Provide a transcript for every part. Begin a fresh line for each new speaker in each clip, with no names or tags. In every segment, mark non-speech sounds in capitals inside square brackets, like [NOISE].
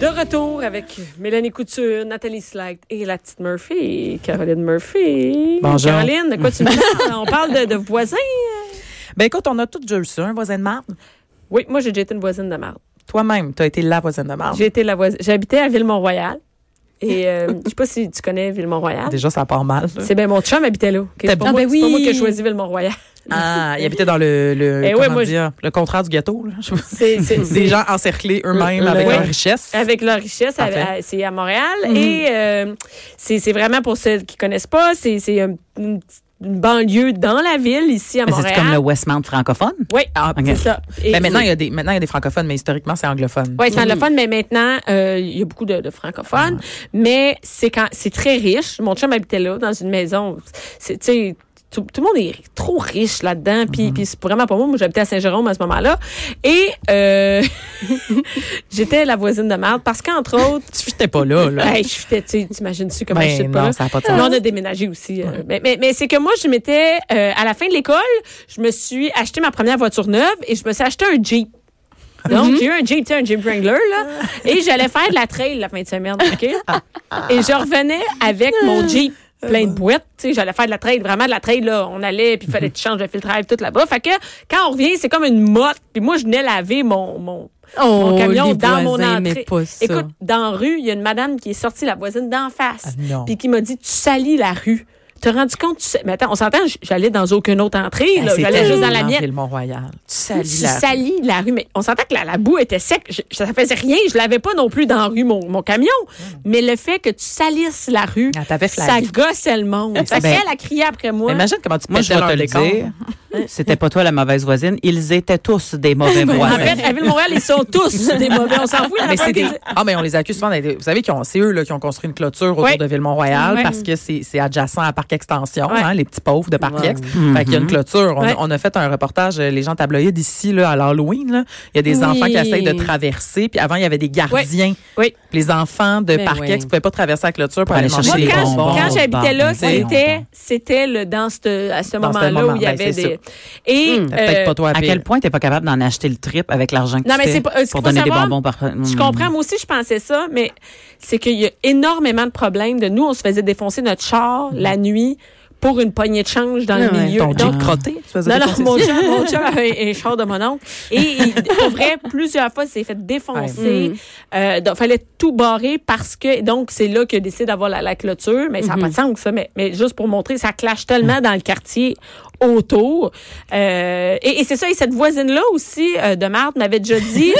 De retour avec Mélanie Couture, Nathalie Slide et la petite Murphy, Caroline Murphy.
Bonjour.
Caroline, de quoi tu me parles? On parle de, de voisins.
Ben écoute, on a tous déjà eu ça, un voisin de marde.
Oui, moi, j'ai déjà été une voisine de marde.
Toi-même, t'as été la voisine de marde.
J'ai été la voisine. J'habitais à Ville-Mont-Royal. Et euh, je sais pas si tu connais Ville-Mont-Royal.
Déjà, ça part mal. là.
C'est bien mon chum habitait là. Ok,
T'as-
C'est pas,
Ah,
moi-
ben
c'est pas
oui.
moi qui ai choisi
[LAUGHS]
Ville-Mont-Royal.
Ah, il habitait dans le le,
Eh
comment
ouais, moi,
dire, le contraire du gâteau. Là.
[LAUGHS]
Je sais pas.
C'est c'est-
Des
c'est-
gens encerclés eux-mêmes
Le-
avec
Oui.
leur richesse.
Avec leur richesse,
Parfait. Mm-hmm.
à- à- c'est à Montréal. Et euh, c'est c'est vraiment pour celles qui connaissent pas, c'est c'est un- une, petite- une banlieue dans la ville, ici à
Mais
Montréal.
C'est comme le Westmount francophone.
Oui, c'est
ok.
ça. Et-
Ben, maintenant, il y a des maintenant il y a des francophones, mais historiquement, c'est anglophone.
Oui, c'est anglophone, mais maintenant, euh, il y a beaucoup de, de francophones.
Ah.
Mais c'est quand c'est très riche. Mon chum habitait là, dans une maison. C'est, tu sais, tout, tout le monde est trop riche là-dedans. Puis,
Mm-hmm.
puis c'est vraiment pas moi. Moi, j'habitais à Saint-Jérôme à ce moment-là. Et euh, [LAUGHS] j'étais la voisine de marde parce qu'entre
[LAUGHS]
autres,
Tu fitais pas là. là.
hey, je fitais, tu sais, t'imagines-tu comment
Ben
je sais pas?
non, ça n'a pas de
Mais
sens.
on a déménagé aussi. euh, Mais, mais, mais c'est que moi, je m'étais, euh, à la fin de l'école, je me suis acheté ma première voiture neuve et je me suis acheté un Jeep. Donc,
Mhm.
j'ai eu un Jeep, tu sais, un Jeep Wrangler,
[LAUGHS]
là. et j'allais faire de la trail la fin de semaine, OK? et je revenais avec mon Jeep plein de boîtes, tu sais, j'allais faire de la trail, vraiment de la trail, là, on allait, puis il fallait que tu changes le filtre à air, puis tout là-bas. Fait que, quand on revient, c'est comme une motte, puis moi, je venais laver mon, mon, mon camion
Oh, les
dans mon
voisins,
entrée.
mais pas ça.
Écoute, dans la rue, il y a une madame qui est sortie, la voisine d'en face,
Ah, non.
puis qui m'a dit Tu salis la rue. T'as rendu compte tu sais- Mais attends, on s'entend, j- j'allais dans aucune autre entrée,
Ben,
là.
c'est
j'allais juste dans la
tellement
mienne.
Ville-Mont-Royal. Tu
Tu
salis la
salis la rue, mais on s'entend que la, la boue était sec. Je- ça faisait rien. Je l'avais pas non plus dans la rue, mon, mon camion. Mais le fait que tu salisses la rue,
Hmm. Ah, t'avais
ça
flagué.
gossait le
[LAUGHS]
monde. Fait
Ben,
qu'elle a crié après moi.
Imagine comment tu
Moi,
pétais
je vais
leur
te le
décor.
dire. C'était pas toi la mauvaise voisine. Ils étaient tous des [LAUGHS]
[LAUGHS]
mauvais
En
voisins.
fait, à Ville-Montréal, ils sont tous des mauvais. On s'en fout. il y en a
Mais
pas
c'est
qui-
des- Ah, mais on les accuse souvent d'être. Vous savez, qu'ils ont- c'est eux là, qui ont construit une clôture autour
Oui.
de Ville-Mont-Royal
Oui.
parce que c'est c'est adjacent à Parc Extension,
Ouais.
hein, les petits pauvres de Parc Ex. Fait qu'il y a une clôture. On, a-
Ouais.
on a fait un reportage, euh, les gens tabloïdes ici, là, à l'Halloween. là. Il y a des
Oui.
enfants qui essayent de traverser. Puis avant, il y avait des gardiens.
Oui.
Les enfants de
Mais
Parc
oui.
Ex ne pouvaient pas traverser la clôture pour
Pour
aller manger
aller
Moi,
chercher
des
les
quand,
bonbons.
quand j'habitais là,
bonbons, tu sais.
c'était, c'était le, dans ce, à ce
Dans ce
moment-là où
moment,
il y
ben,
avait
c'est
des. Et,
C'était Peut-être
euh,
pas toi
à
pire.
quel point t'es pas capable d'en acheter le trip avec l'argent que
Non,
tu
mais
fais
c'est pas- euh, ce
pour
qu'il faut
donner
savoir,
des bonbons mm. par.
Je comprends, moi aussi, je pensais ça, mais c'est qu'il y a énormément de problèmes. De nous, on se faisait défoncer notre char la nuit pour une poignée de change dans le
Ouais, ouais.
milieu.
Ton Jeep
Donc,
crotté, tu faisais
non,
des
non,
concessions?
mon chum, mon chum avait un char de mon oncle. Et il- pour
[LAUGHS]
vrai, plusieurs fois, il s'est fait
Mm.
défoncer. Euh, donc, fallait tout barrer parce que... Donc, c'est là qu'il décide d'avoir la, la clôture. Mais ça n'a pas de
Mm-hmm.
sens, ça. Mais, mais juste pour montrer, ça clash tellement
Mm.
dans le quartier autour. Euh, et et c'est ça, et cette voisine-là aussi, euh, de Marthe, m'avait déjà
[LAUGHS]
dit...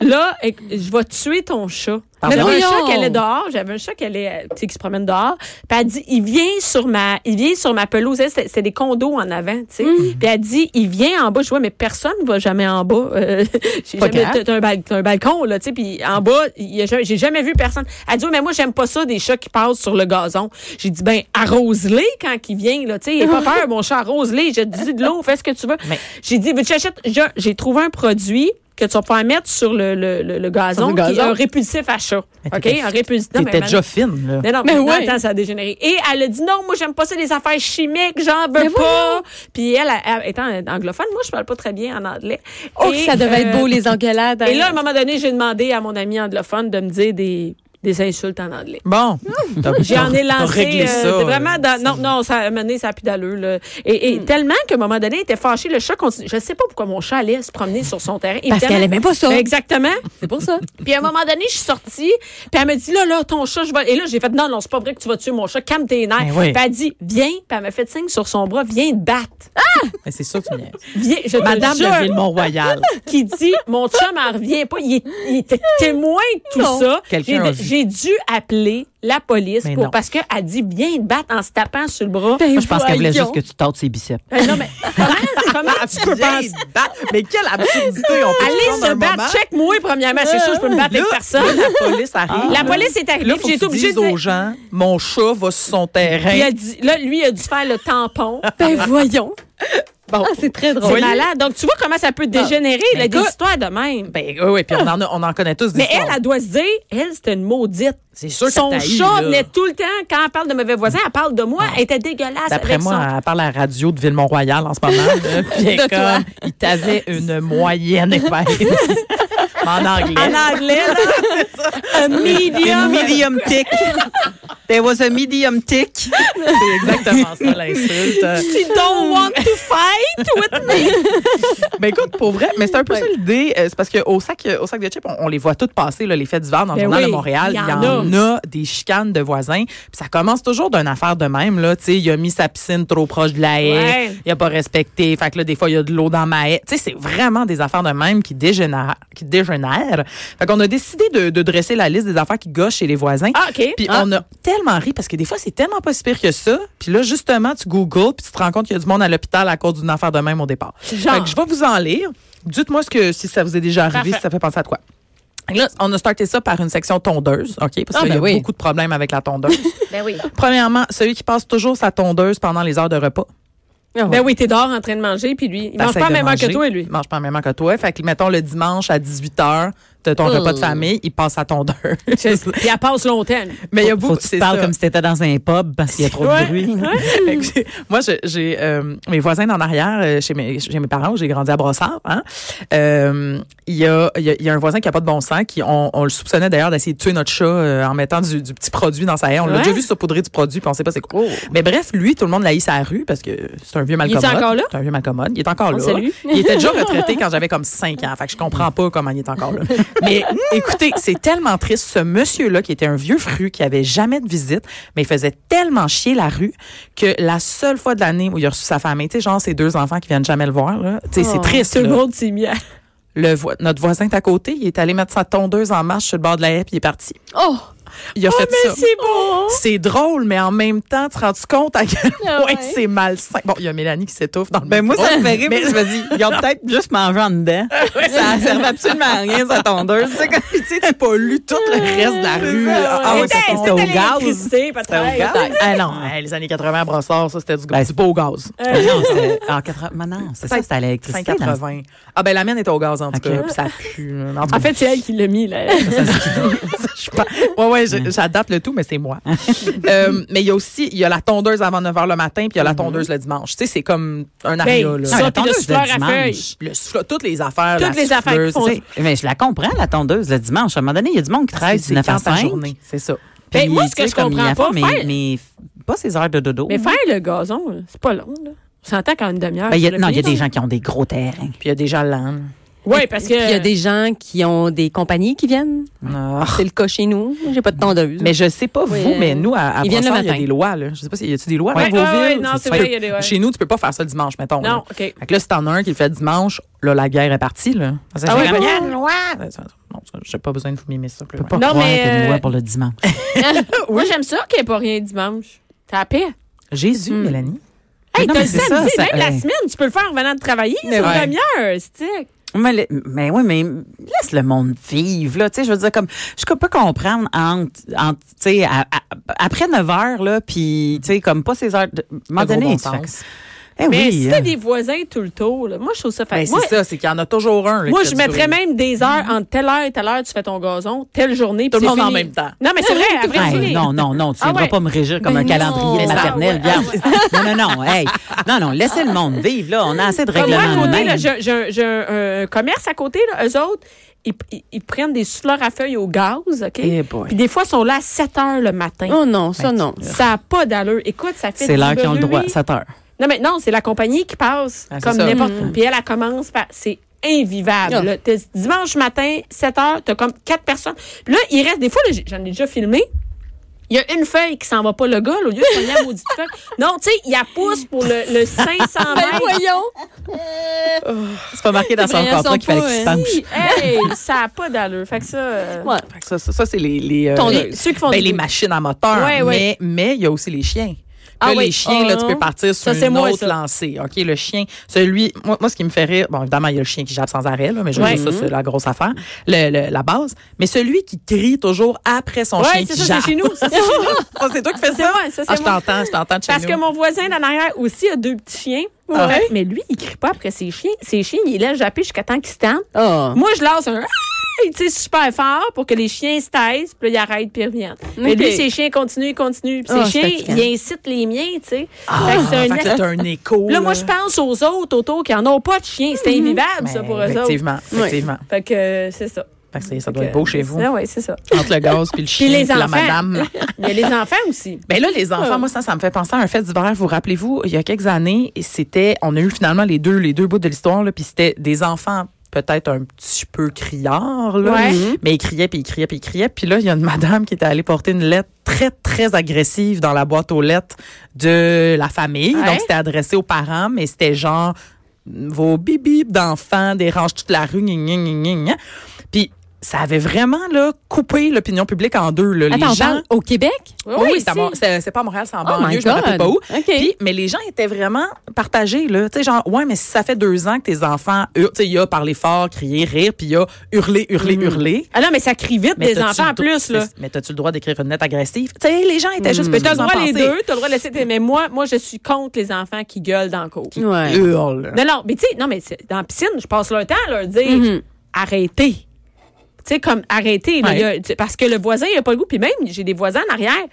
Là, éc- je vais tuer ton chat.
Pardon?
J'avais un
Voyons.
chat qui
Oh!
allait dehors, j'avais un chat qui allait, euh, tu sais, qui se promène dehors. Puis elle dit, il vient sur ma, il vient sur ma pelouse. Elle, C'est c'est des condos en avant, tu sais.
Mm.
Puis elle dit, il vient en bas. Je vois, mais personne va jamais en bas. Euh, [LAUGHS] j'ai
Pas
jamais-
grave.
t'as- t'as un, bal- t'as un balcon là, tu sais. Puis en bas, il y a jamais- j'ai jamais vu personne. Elle dit, Ouais, mais moi j'aime pas ça des chats qui passent sur le gazon. J'ai dit, ben arrose-les quand il vient là, tu sais. Il pas peur, mon chat arrose-les. Je te dis de l'eau, fais ce que tu veux.
Mais-
J'ai dit, veux-tu achètes- je- j'ai trouvé un produit que tu vas pouvoir mettre sur le, le, le, le gazon,
le
qui est
gazon.
un répulsif à chat.
Mais
OK?
t'étais-
Un répulsif. non, mais
T'étais
man-
déjà fine, là.
mais non,
Mais
mais
ouais.
ça a dégénéré. Et elle a dit non, moi j'aime pas ça les affaires chimiques, j'en veux
Mais
pas. Puis elle, elle, étant anglophone, moi je parle pas très bien en anglais.
Oh,
Et,
que ça devait être
euh,
beau, les engueulades.
Et là, à un moment donné, j'ai demandé à mon ami anglophone de me dire des, des insultes en anglais.
Bon. T'as-
J'en ai
t'as
lancé
réglé
euh,
ça,
de- vraiment
là.
dans- non non ça a mené ça a plus d'allure là. et, et tellement qu'à un moment donné il était fâché le chat continue je sais pas pourquoi mon chat allait se promener sur son terrain
Parce qu'elle aimait pas ça.
Ben, exactement
C'est pour ça.
[LAUGHS] puis à un moment donné je suis sortie puis elle me dit là là ton chat je vais et là j'ai fait non non c'est pas vrai que tu vas tuer mon chat calme tes nerfs
Ben oui.
puis elle dit viens puis elle m'a fait signe sur son bras viens te battre
Mais c'est sûr que tu niaises.
viens je te
Madame
jure.
de Ville-Mont-Royal.
qui dit mon chum en revient pas, il, est- il était témoin de tout
Non.
ça. J'ai,
Quelqu'un a vu.
j'ai dû appeler la police
Mais
pour,
non.
parce qu'elle dit viens te battre en se tapant sur le bras.
Ben,
Moi, je pense qu'elle voulait
voyons.
juste que tu tordes ses biceps.
Ben non, mais comment, comment
[LAUGHS]
tu peux penser?
Mais quelle absurdité! On peut
Allez se battre, check moi premièrement, c'est sûr je peux me battre avec personne. Ah.
La police arrive.
La police est arrivée,
Là,
puis
faut
j'ai
que
été
tu
obligée
dises
de dire-
aux gens, mon chat va sur son
Il a
terrain.
dit- là, lui, il a dû faire le tampon.
[LAUGHS]
Ben voyons.
Bon.
Ah, c'est très
C'est
drôle.
malade. Donc, tu vois comment ça peut dégénérer, là, des
Ah. Ben, écoute.
histoires de même.
Ben, oui, oui, puis on en, a- on en connaît tous des
Mais elle,
histoires.
elle doit se dire, elle, c'était une maudite.
C'est sûr que
Son
t'as eu,
chat
là.
venait tout le temps, quand elle parle de mauvais voisins, elle parle de moi, elle était dégueulasse.
D'après
avec
moi,
son-
elle parle à la radio de Ville-Mont-Royal en ce moment.
[LAUGHS]
là, puis elle est
De toi.
comme,
[LAUGHS]
il t'avait une moyenne épaisse. en anglais.
En anglais, là. Un
Une [LAUGHS]
medium.
medium tick. There was a medium tick.
C'est exactement ça, l'insulte.
She don't want to fight with me.
Ben écoute, pour vrai, mais c'est un peu ça l'idée. euh, C'est parce qu'au sac, au sac de chips, on, on les voit toutes passer, là, les fêtes d'hiver dans le
Ben
journal
oui,
de Montréal.
il y
Il y,
en
en a des chicanes de voisins. Puis ça commence toujours d'une affaire de même. Là. Tu sais, Il a mis sa piscine trop proche de la haie.
Ouais.
Il a pas respecté. Fait que là, des fois, il y a de l'eau dans ma haie. Tu sais, c'est vraiment des affaires de même qui dégénèrent. Qui dégénèrent. Fait qu'on a décidé de, de dresser la liste des affaires qui gâchent chez les voisins.
[LAUGHS] Ah, OK.
Puis
Ah.
on a tellement ri parce que des fois, c'est tellement pas si pire que ça. Puis là, justement, tu googles puis tu te rends compte qu'il y a du monde à l'hôpital à cause d'une affaire de même au départ.
Genre.
Fait que je vais vous en lire. Dites-moi ce que si ça vous est déjà arrivé,
Parfait.
si ça fait penser à quoi. Fait que Là, on a starté ça par une section tondeuse, OK? Parce
Ah,
qu'il y a
ben oui.
beaucoup de problèmes avec la tondeuse. [LAUGHS]
Ben oui.
Premièrement, celui qui passe toujours sa tondeuse pendant les heures de repas.
Ben oui, t'es dehors en train de manger, puis lui, il mange
T'essayes
pas à
de
même heure que
manger.
toi,
[LAUGHS]
lui.
Il mange pas en même heure que toi. Fait que, mettons, le dimanche à 18 h de ton repas de famille, il passe sa tondeuse.
Puis elle passe longtemps. lui.
Mais il y a
Faut
beaucoup...
que tu
c'est
te parles
ça.
comme si t'étais dans un pub parce qu'il y a trop
Ouais.
de bruit.
Fait [LAUGHS] que j'ai- Moi, je- j'ai euh, mes voisins d'en arrière, euh, chez mes, chez mes parents, où j'ai grandi à Brossard. hein, euh, Il y, a, il y a- il y a un voisin qui a pas de bon sens, qui on, on le soupçonnait d'ailleurs d'essayer de tuer notre chat euh, en mettant du, du petit produit dans sa haie. On l'a
Ouais. Oh.
déjà vu saupoudrer du produit, puis on sait pas c'est quoi. Mais bref, lui, tout le monde l'a sa rue parce que c'est un vieux malcommode.
encore là?
C'est un vieux malcommode. Il est encore
On
là.
le salue.
Il était déjà retraité quand j'avais comme 5 ans. Fait que je comprends pas comment il est encore là. Mais écoutez, c'est tellement triste. Ce monsieur-là, qui était un vieux fru, qui avait jamais de visite, mais il faisait tellement chier la rue que la seule fois de l'année où il a reçu sa famille, tu sais, genre ses deux enfants qui viennent jamais le voir, là. Tu sais, c'est
Oh,
triste.
Tout le
là.
monde s'est mis à.
Le vo- notre voisin est à côté, il est allé mettre sa tondeuse en marche sur le bord de la haie, puis il est parti.
Oh!
Il a
Oh,
fait
mais
ça.
c'est beau!
C'est drôle, mais en même temps, tu te rends compte à quel point
Ah ouais.
c'est malsain. Bon, il y a Mélanie qui s'étouffe dans le
[LAUGHS] Ben moi,
micro.
ça me fait rire, mais je me dis, ils ont [LAUGHS] peut-être juste mangé en [LAUGHS] dedans. Ça servait absolument à rien, sa tondeuse. Tu sais, quand- tu sais,
[LAUGHS]
tu pollues tout le reste de la rue. là.
Ah ouais,
C'était-
ça,
c'était
au
à
gaz.
l'électricité, peut-être.
Ah non, hein, les années 80 à Brossard, ça, c'était du,
Ben,
du beau gaz.
Euh,
Mais non,
[LAUGHS]
c'est- en 80, mais non, c'est ça, c'était à l'électricité.
hein.
dans-
580. Ah ben la mienne était au gaz, en tout
Ok.
cas. Puis ça pue. là. En tout cas,
En fait, c'est elle qui l'a mis, là.
[LAUGHS] je sais pas. Ouais, ouais,
Mm.
je- j'adapte le tout, mais
[LAUGHS]
c'est moi. Euh, mais il y a aussi, il y a la tondeuse avant 9 h le matin, puis il y a la tondeuse le dimanche. Tu sais, c'est comme un aria,
Mm-hmm.
là.
Ben, ça,
Ah, la
puis le
tondeuse
souffleur
de
à
dimanche.
feuilles.
Le souffle- toutes les affaires.
Toutes
la
les affaires qui
souffleuse,
font
tu
Tu sais, Mais je la comprends, la tondeuse, le dimanche. À un moment donné, il y a du monde qui travaille
sais,
du 9
c'est
à
quand ta
5.
journée, C'est ça.
Ben,
Puis,
moi, ce
tu
que
sais,
je
comme il y a
comprends
pas,
pas,
mais,
faire-
mais f- pas ses heures de dodo.
Mais
là.
faire le gazon, là, c'est pas long, là. On s'entend qu'en une demi-heure.
Mhm. Ben, il y a-
tu l'as
non, il y a
fini,
des
là.
gens qui ont des gros terrains.
Puis il y a des gens lents.
Oui, parce que.
Puis Il y a des gens qui ont des compagnies qui viennent.
Ah.
C'est le cas chez nous. J'ai pas de tondeuse.
Mais je sais pas vous,
Oui, euh,
mais nous, à, à
ils viennent le
Brossard, il y a
matin.
des lois. Là. Je sais pas s'il y a-tu des lois.
Ouais,
à Beauville?
ouais, ouais, non,
Ça
c'est
se fait-
vrai, il y a des- ouais.
Chez nous, tu peux pas faire ça le dimanche, mettons. là.
Non, [LAUGHS] OK.
Fait que là, si t'en as un qui le fait le dimanche, là, la guerre est partie, là. Parce que
Ah ouais,
j'ai comme,
ouais.
Ah, une loi! Non, ça, j'ai pas besoin de vous mimer ça. plus
Je peux
loin.
pas
Non,
croire
mais,
qu'il y a
euh,
une loi pour
[LAUGHS]
le dimanche.
Moi, j'aime ça qu'il n'y ait pas rien dimanche. T'as la paix.
Jésus,
Hmm.
Mélanie.
Hey,
Ben non,
t'as
mais
le
c'est
samedi,
ça, ça-
même la
ouais.
semaine, tu peux le faire en venant de travailler. C'est une
ouais.
demi-heure, c'est-tu?
Mais, le- mais oui, mais laisse le monde vivre, là. Tu sais, je veux dire, comme, je peux comprendre entre, entre tu sais, à- à- après 9 heures, là, puis, tu sais, comme pas ces heures. De, à un moment
Le gros
donné,
bon
tu fais-
sens.
Eh
Mais
oui,
si
hein.
t'as des voisins tout le tour, là, moi, je trouve ça
Ben,
facile.
c'est ça, c'est qu'il y en a toujours un. là,
Moi,
qui a
je
du
mettrais
bruit.
même des heures entre telle heure et telle heure, tu fais ton gazon, telle journée,
Tout
puis
le
c'est
monde en
fini.
même temps.
Non, mais
[LAUGHS]
c'est vrai, après,
Hey,
c'est fini.
non, non, non, tu
Ah
ne viendras
ouais.
pas me régir comme
Ben
un calendrier
non.
de maternelle.
Ah
vierge. non, non, non, hey. Non, non, laissez le monde vivre, là. On a assez de
Comme moi, à
règlements de
côté, là,
même.
j'ai- j'ai un- j'ai un un commerce à côté, là, eux autres, ils, ils- ils prennent des souffleurs à feuilles au gaz, OK?
Eh boy.
Puis des fois, ils sont là à 7 heures le matin.
Oh non,
Ben,
ça non.
Ça n'a pas d'allure. Écoute, ça fait
C'est
du
l'heure qu'ils ont le droit,
bruit.
7 heures.
Non, mais non, c'est la compagnie qui passe.
Ah, c'est
comme
ça.
n'importe Puis elle, elle commence par. C'est invivable.
Ah.
là. T'es- Dimanche matin, 7 heures, t'as comme quatre personnes. Puis là, il reste. Des fois, là, j'- j'en ai déjà filmé. Il y a une feuille qui s'en va pas le gars, là, au lieu de prendre la maudite feuille. Non, tu sais, il la pousse pour le, le 500
Ben
mètres.
voyons!
C'est pas marqué dans son
Ils sont
contrat qu'il fallait qu'il se
hein.
pas,
penche.
Hey, ça n'a pas d'allure. Fait que ça. euh,
Ouais.
Fait que Ça, ça, ça, c'est les, les, euh,
Tondeuse.
les- ceux qui font
ben,
du
les
bruit.
machines à moteur.
Ouais, ouais.
Mais mais il y a aussi les chiens.
Ah
Là,
oui.
les chiens, là, tu
Ah.
peux partir
Ça,
sur
c'est
une
moi,
autre
ça.
lancée. OK, le chien, celui, moi, moi, ce qui me fait rire, bon, évidemment, il y a le chien qui jappe sans arrêt, là, mais je veux
Ouais. Mm-hmm.
dire, ça, c'est la grosse affaire, le- le- la base. Mais celui qui crie toujours après son chien
Ouais, c'est
qui
ça,
jappe.
c'est
[LAUGHS]
chez nous. Ça, c'est chez nous.
Ça, Ah, c'est toi qui fais
C'est
ça?
moi, ça, c'est
ah, je
moi.
t'entends, je t'entends de chez
Parce
nous.
que mon voisin d'en arrière aussi a deux petits chiens.
Ah ouais?
Mais lui, il crie pas après ses chiens. Ses chiens, il est là jappé jusqu'à temps qu'ils se tendent.
Ah.
Oh.
Moi, je lance un Ah! tu sais, super fort pour que les chiens se taisent, puis là, ils arrêtent, puis ils reviennent. Mais
Ok.
lui, ses chiens continuent, ils continuent. Puis ses
Ah, c'est
chiens,
fatigant.
ils incitent les miens, tu sais.
Ah,
Fait que c'est
fait
un-
que là, Mhm. t'as un écho.
Là, moi, je pense aux autres autour qui n'en ont pas de chiens. C'est invivable, ça, pour eux autres.
Effectivement, effectivement.
Fait que euh, c'est ça.
Fait que c'est- Ben, ça doit être beau chez vous.
Ah oui, c'est ça.
Entre le gaz puis le chien,
les
puis la
enfants.
madame.
Il y a les enfants aussi.
Ben là, les enfants,
Ah.
moi, ça, ça me fait penser à un fait d'hiver. Vous rappelez-vous, il y a quelques années, et c'était, on a eu finalement les deux, les deux bouts de l'histoire, là, puis c'était des enfants peut-être un petit peu criards, là, Mm-hmm.
Ouais.
mais ils criaient, puis ils criaient, puis ils criaient. Puis là, il y a une madame qui était allée porter une lettre très, très agressive dans la boîte aux lettres de la famille.
Ouais.
Donc, c'était adressé aux parents, mais c'était genre vos bibis d'enfants dérangent toute la rue, gna, gna, gna, gna, gna. Puis ça avait vraiment là, coupé l'opinion publique en deux. Là.
Attends,
les
on
gens
parle au Québec?
oui,
oui,
c'est à
si.
Mont- c'est c'est pas à Montréal, c'est en
Oh
banlieue,
my
je me rappelle
God.
pas où.
OK.
Puis, mais les gens étaient vraiment partagés, là. Tu sais, genre, ouais, mais si ça fait deux ans que tes enfants, hurlent, tu sais, il y a parlé fort, crié, rire, puis il y a hurlé, hurlé, hurlé.
Ah non, mais ça crie vite,
Mais
les
t'as-tu
enfants en
le droit-
plus, là. Mm-hmm.
Mais t'as-tu le droit d'écrire une lettre agressive? Tu sais, les gens étaient juste
Hmm. T'as le
peut-être en
droit les
penser.
deux, t'as le droit de laisser. tes- Mais moi, moi, je suis contre les enfants qui gueulent dans le cours.
Ouais.
Hurle.
Non, non, mais tu sais, non, mais c'est- dans la piscine, je passe leur temps à leur dire arrêtez. Tu sais, comme arrêtez. là,
Mm-hmm. Ouais.
y a- tu- parce que le voisin, il n'a pas le goût. Puis même, j'ai des voisins en arrière.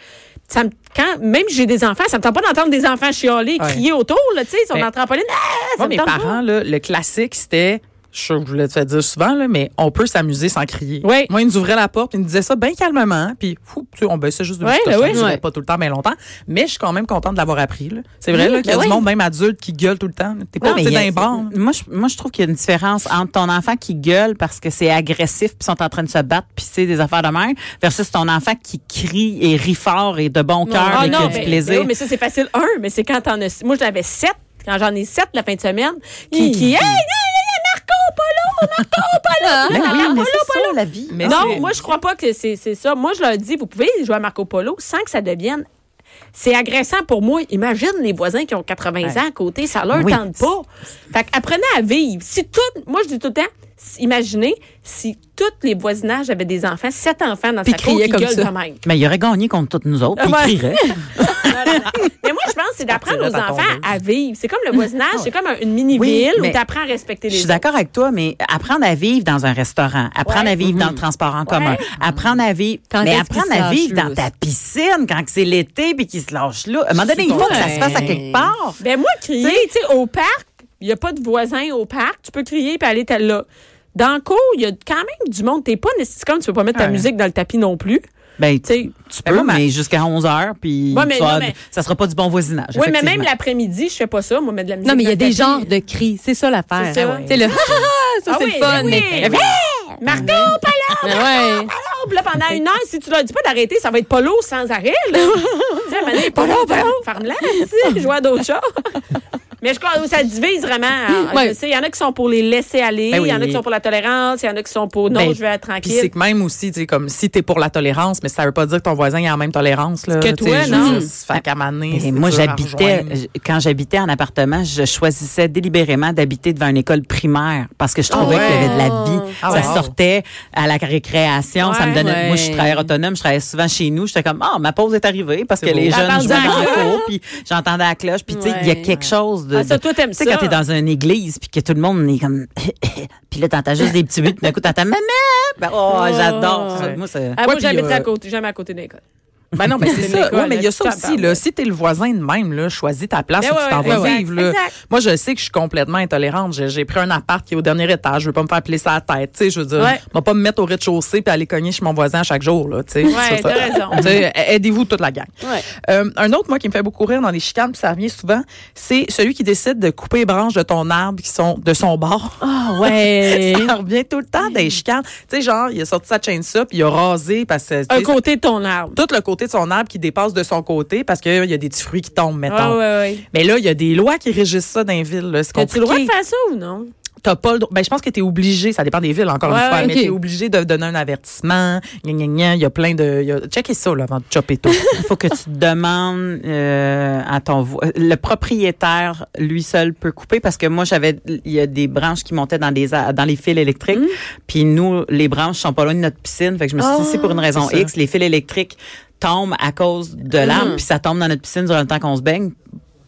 Ça me, quand, même j'ai des enfants, ça me tente pas d'entendre des enfants chialer,
Ouais.
crier autour, là, tu sais, ils sont
Ben,
dans le trampoline. Ah, ça
Moi,
me
mes
tente pas.
parents, là, le classique, c'était. Je suis sûre que je voulais te faire dire souvent, là, mais on peut s'amuser sans crier.
Oui.
Moi, ils nous ouvraient la porte, ils nous disaient ça bien calmement, puis fou, tu sais, on baissait juste de
Oui,
petits
ben
cochons,
oui.
je dirais
Oui.
pas tout le temps, mais longtemps. Mais je suis quand même contente de l'avoir appris. là. C'est vrai
Oui,
là, qu'il y a
ben
du
oui.
monde, même adulte, qui gueule tout le temps. T'es pas
Mhm. Non, mais
t'es
il y
dans
a-
les bornes.
Moi, je, moi, je trouve qu'il y a une différence entre ton enfant qui gueule parce que c'est agressif puis sont en train de se battre puis c'est des affaires de merde versus ton enfant qui crie et rit fort et de bon cœur
Ah
et qui a
non,
du
mais,
plaisir.
mais, mais ça, c'est facile. Un, mais c'est quand t'en as. Moi, j'avais sept. Quand j'en ai sept la fin de semaine, qui,
Mm.
qui hey, hey, hey, Marco Polo, Marco Polo,
Ben
Marco
oui, mais
Polo,
c'est ça, la vie.
Mais
non,
c'est-
moi, je crois pas que c'est c'est ça. Moi, je leur dis, vous pouvez jouer à Marco Polo sans que ça devienne. C'est agressant pour moi. Imagine les voisins qui ont 80 ans à côté, ça leur
Oui.
tente pas. Fait qu'apprenez à vivre. Si tout, moi, je dis tout le temps, si- imaginez si tous les voisinages avaient des enfants, sept enfants dans
Puis
sa cour
criaient
qui
comme
gueulent
ça.
de même.
Mais il aurait gagné contre toutes nous autres. puis
Ah ouais.
il crierait.
Mais moi, je pense que c'est d'apprendre
partirais
aux
ta
enfants
tondeuse.
à vivre. C'est comme le voisinage, c'est comme un- une
Oui,
mini-ville où
mais
tu apprends à respecter les
Je suis
autres.
d'accord avec toi, mais apprendre à vivre dans un restaurant, apprendre
Ouais.
à vivre dans le transport en commun, apprendre à vivre,
Quand
mais
est-ce
apprendre
qu'ils se
à vivre
lâchent
dans
là,
ta piscine quand que c'est l'été puis qu'ils se lâchent là. À un moment donné, il faut que ça se fasse à quelque part.
Ben moi, crier, tu sais, au parc, il n'y a pas de voisins au parc. Tu peux crier puis aller t'as- là. Dans le cours, il y a quand même du monde. T'es pas nécessaire. Comme tu peux pas mettre ta
Ouais.
musique dans le tapis non plus.
Ben,
Tu sais.
Tu
Ben moi,
peux,
ma-
mais jusqu'à 11 heures, puis
Ouais, mais
tu vas-
non, mais-
ça sera pas du bon voisinage.
Oui, mais même
effectivement.
l'après-midi, je fais pas ça. Moi, mettre de la musique.
Non, mais il y a
dans le
des
tapis.
genres de cris. C'est ça l'affaire.
C'est ça. Ah ouais.
C'est le ha, ha, [LAUGHS] ça,
Ah
c'est
oui,
le fun.
oui.
Mais-
Marco, pas là!
Ouais.
Puis là, pendant une heure, si tu leur dis pas d'arrêter, ça va être polo sans arrêt. Là.
[LAUGHS]
tu sais, maintenant, polo, polo, ferme-la, tu jouer à
[LAUGHS]
d'autres choses. Mais je crois que ça divise vraiment. hein.
Ouais.
Je sais, Il y en a qui sont pour les laisser aller, il
Ben oui.
y en a qui sont pour la tolérance, il y en a qui sont pour non,
Ben,
je vais être
Puis c'est
tranquille.
que même aussi, tu sais, comme si t'es pour la tolérance, mais ça veut pas dire que ton voisin il a la même tolérance. Là,
Que
Tu sais,
toi,
je
non.
veux dire, Fait qu'à maner,
Et
c'est
Ben, moi,
dur à
j'habitais,
rejoindre.
j- quand j'habitais en appartement, je choisissais délibérément d'habiter devant une école primaire parce que je trouvais
ouais.
qu'il y avait de la vie.
Ah
ça
ouais.
sortait à la récréation. ça
Ouais.
me donnait. Moi, je
Ouais.
travaillais autonome. Je travaillais souvent chez nous. J'étais comme, ah, ma pause est arrivée parce que
C'est
les
beau.
jeunes
T'entendais
jouaient
la
dans
cloche.
le cours, puis j'entendais la cloche. Puis, tu sais, il y a
Ouais.
quelque chose de.
Ah, ça,
de-
toi, t'aimes
Tu sais, quand
ça.
t'es dans une église, puis que tout le monde est comme. [LAUGHS] puis là, t'entends juste des petits buts. Puis d'un coup, t'entends maman. Ben, oh, j'adore ça.
Ouais.
Moi, c'est.
Ah,
Ouais,
moi,
puis,
j'habiterais
euh,
à côté, jamais à côté de l'école.
Ben non, mais c'est
C'est une
ça.
école,
Ouais, mais il y a ça
là, tu
aussi.
t'en
Là,
parles.
si t'es le voisin de même, là, choisis ta place
Ben
où
ouais,
tu t'en
ouais,
vas
exact,
vivre. là.
exact.
Moi, je sais que je suis complètement intolérante. J'ai, j'ai pris un appart qui est au dernier étage. Je veux pas me faire plaisir à la tête. Tu sais, je veux dire,
Ouais.
moi, pas me mettre au rez-de-chaussée puis aller cogner chez mon voisin à chaque jour. Là, tu sais.
Ouais,
C'est
t'as
ça.
raison.
Tu sais, aidez-vous toute la gang.
Ouais.
Euh, un autre, moi, qui me fait beaucoup rire dans les chicanes, puis ça revient souvent, c'est celui qui décide de couper les branches de ton arbre qui sont de son bord.
Ah
[LAUGHS]
ouais.
Ça revient tout le temps dans les chicanes. Tu sais, genre, il a sorti sa chaîne ça, puis il a rasé parce que. tu
Un
sais,
côté de ton arbre.
tout le côté de son arbre qui dépasse de son côté parce qu'il y a des petits fruits qui tombent,
Ouais,
mettons.
Ah, ouais, ouais.
Mais là, il y a des lois qui régissent ça dans les villes. là. C'est
T'as-tu le droit de
compliqué.
faire ça ou non?
T'as pas le droit. Ben, je pense que t'es obligé. Ça dépend des villes, encore
Ouais,
une fois.
ouais,
Mais
ok.
t'es obligé de donner un avertissement. Gna, gna, gna. Il y a plein de. il y a- Checkez ça, là, avant de
[LAUGHS]
chopper tout.
Il faut que tu demandes euh, à ton vo- le propriétaire lui seul peut couper parce que moi j'avais il y a des branches qui montaient dans des a- dans les fils électriques puis nous les branches sont pas loin de notre piscine fait que je me suis dit si pour une raison
c'est ça.
X les fils électriques tombent à cause de l'arbre puis ça tombe dans notre piscine durant le temps qu'on se baigne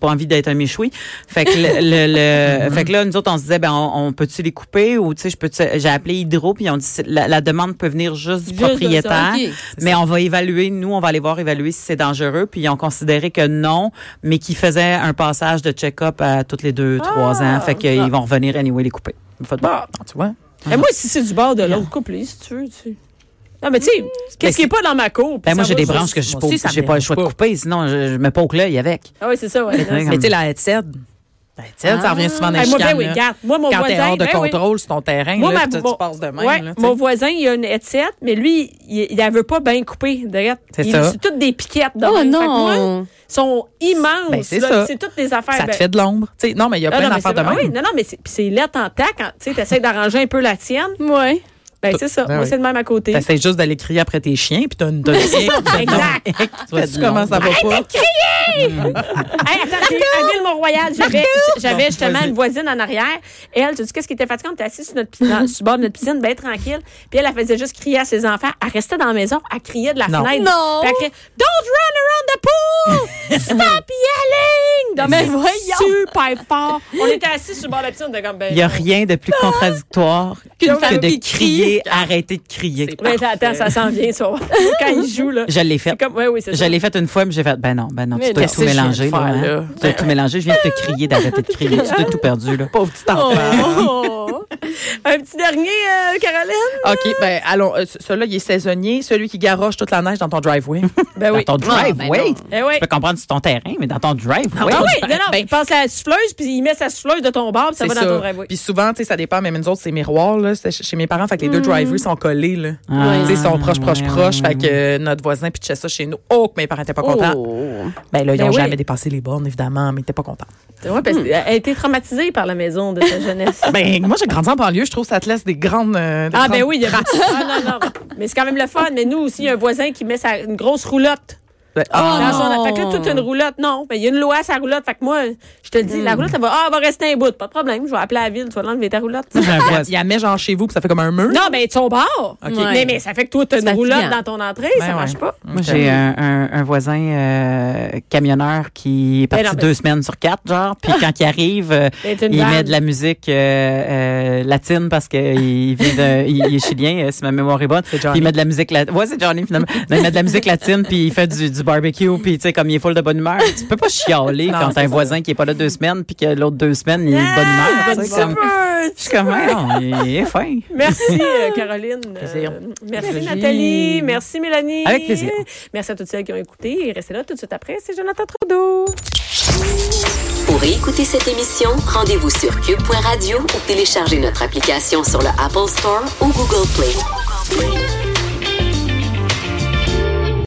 pas envie d'être un méchoui. Fait que le, le- le- fait que là nous autres on se disait ben on, on peut-tu les couper ou tu sais je peux j'ai appelé hydro puis ils ont dit c'est- la, la demande peut venir juste
Juste de
du
ça, Ah,
propriétaire.
ok.
Mais on va évaluer, nous, on va aller voir évaluer si c'est dangereux. Puis ils ont considéré que non, mais qu'ils faisaient un passage de check-up à toutes les deux, trois ans. Fait qu'ils vont revenir anyway les couper. Une fois de-
tu vois?
Mais Ben, moi, si c'est du bord de l'autre, coupe-les si tu veux. tu sais. Non, mais tu
Mm.
sais, qu'est-ce qui
c'est-
n'est pas dans ma cour? puis
Ben, moi,
ça
j'ai
va
des
juste-
branches que je
Ben, moi aussi, ça me
n'ai pas le choix de
dérange
couper, sinon je, je me poke l'œil avec.
Ah oui, c'est ça, ouais.
[LAUGHS]
non, c'est-
Comme-
Mais tu sais, la headset, la headset, ça revient souvent dans les
Ah, moi, ben
chicanes,
oui,
là.
regarde. Moi, mon
Quand t'es
voisin.
hors de
ben oui.
contrôle, c'est ton terrain,
Moi,
là,
ma-
puis tu,
mon-
tu passes de même.
ouais,
là, tu sais.
mon voisin, il a une headset, mais lui, il, il la veut pas bien couper, direct.
C'est
Il-
ça.
C'est toutes des piquettes. de
Oh
même. Fait que moi,
non!
sont immenses.
Ben, c'est
là.
ça.
C'est toutes des affaires.
ça te
ben-
fait de l'ombre. Tu sais, non, mais il y a
Ah,
plein
non, mais
d'affaires
c'est-
de
ah
même.
oui, non, non, mais c'est puis c'est laid en tac. hein. Tu sais, t'essaies d'arranger un peu la tienne.
Ouais.
Ben, c'est ça.
Ben
Moi,
oui.
c'est de même à côté.
T'essaies juste d'aller crier après tes chiens, puis
[LAUGHS]
t'as une dossier.
Exact.
[LAUGHS] tu comment ça va pas?
Hey, attends, j'ai- à
[LAUGHS]
Ville-Mont-Royal, j'avais, j'avais justement
vas-y.
une voisine en arrière. Elle, tu dis qu'est-ce qui était fatigant? On était assis sur notre piscine, dans- sur le bord de notre piscine, bien tranquille. Puis elle, elle faisait juste crier à ses enfants. Elle restait dans la maison, elle criait de la
Non.
fenêtre.
Non.
Puis elle criait, Don't run around the pool! Stop yelling! Donc, [LAUGHS]
Mais
c'est
voyons.
Super fort. On était assis sur le bord de la piscine, on était comme, ben.
Il n'y a rien de plus contradictoire
Qu'une
que
femme
de
qui
crier, arrêter de crier.
Mais ben, attends, ça s'en vient, [LAUGHS] ça. Quand ils jouent, là.
Je l'ai
C'est
fait.
comme, ouais, oui, c'est ça.
Je l'ai fait une fois, mais j'ai fait, ben non, ben non,
Mais
tu t'as
non.
tout
Qu'est-ce que
mélangé. Là,
je viens de faire,
hein. Tu t'as tout mélangé, je viens de te crier d'arrêter de crier. Tu t'as tout perdu, là.
Pauvre petit
[LAUGHS]
enfant.
Oh.
[LAUGHS] Un petit dernier, euh, Caroline?
OK, ben allons. euh, ce- Celui-là, il est saisonnier. Celui qui garoche toute la neige dans ton driveway.
[LAUGHS] Ben oui.
Ah,
Dans ton drive,
ben
wait.
non.
Eh oui.
Je peux comprendre sur ton terrain, mais dans ton drive, wait.
Ah oui, non, non, il passe à la souffleuse, puis il met sa souffleuse de ton bar, puis ça
C'est
va dans ton driveway.
Puis souvent, tu sais, ça dépend. Même nous autres, c'est miroir, là. C'est chez chez mes parents. Fait que les deux
Hmm.
driveways sont collés, là.
Ah,
Tu sais, ils sont proches, proches,
ouais,
proches.
ouais,
Fait que euh, notre voisin pitchait ça chez nous. Oh, que mes parents étaient pas contents. Ben là, ils
Ben
ont
oui.
jamais dépassé les bornes, évidemment, mais ils étaient pas contents.
Ouais, parce qu'elle a été traumatisée par la maison de sa jeunesse.
Ben, moi, j'ai grandi en banlieue. Je trouve que ça te laisse des grandes. euh, des
Ah,
grandes-
ben oui, il y a Ah, non, non. Mais c'est quand même le fun. Mais nous aussi, il y a un voisin qui met sa, une grosse roulotte.
Ben,
Dans
ah,
son-
non.
Fait que là, toute une roulotte, non. Ben, il y a une loi à sa roulotte. Fait que moi, je te le dis,
Hmm.
la roulotte, elle va, ah, elle va rester un bout. Pas de problème. Je vais appeler la ville. Tu vas l'enlever ta roulotte.
J'ai un voisin.
Il y a met genre chez vous, puis ça fait comme un mur.
non, ben, ton bar.
Ouais.
Mais, mais ça fait que toi, t'as une
C'est
roulotte
fatigant.
dans ton entrée.
Ben
ça
ouais.
marche pas.
Moi, j'ai euh, un, un- un voisin euh, camionneur qui est parti
Ben non, ben-
deux semaines sur quatre, genre. Puis quand il arrive, euh,
Ben, t'as une
il
vanne.
met de la musique euh, euh, latine parce qu'il vient de, il, il est chilien, euh, si ma mémoire est bonne. Puis
Johnny.
il met de la musique latine. Ouais, c'est Johnny finalement. Non, il met de la musique latine puis il fait du, du barbecue puis tu sais comme il est full de bonne humeur. Tu peux pas chialer
Non,
quand
c'est
t'as un voisin qui est pas là deux semaines puis que l'autre deux semaines il est de bonne humeur. tu sais, comme- Je suis comme, Ah, non, il est fin.
Merci, euh, Caroline. Euh,
Plaisir.
merci,
Plaisir.
Nathalie. Merci, Mélanie.
Avec plaisir.
Merci à toutes celles qui ont écouté. Et restez là tout de suite après. C'est Jonathan Trudeau.
Pour écouter cette émission, rendez-vous sur cube.radio ou téléchargez notre application sur le Apple Store ou Google Play.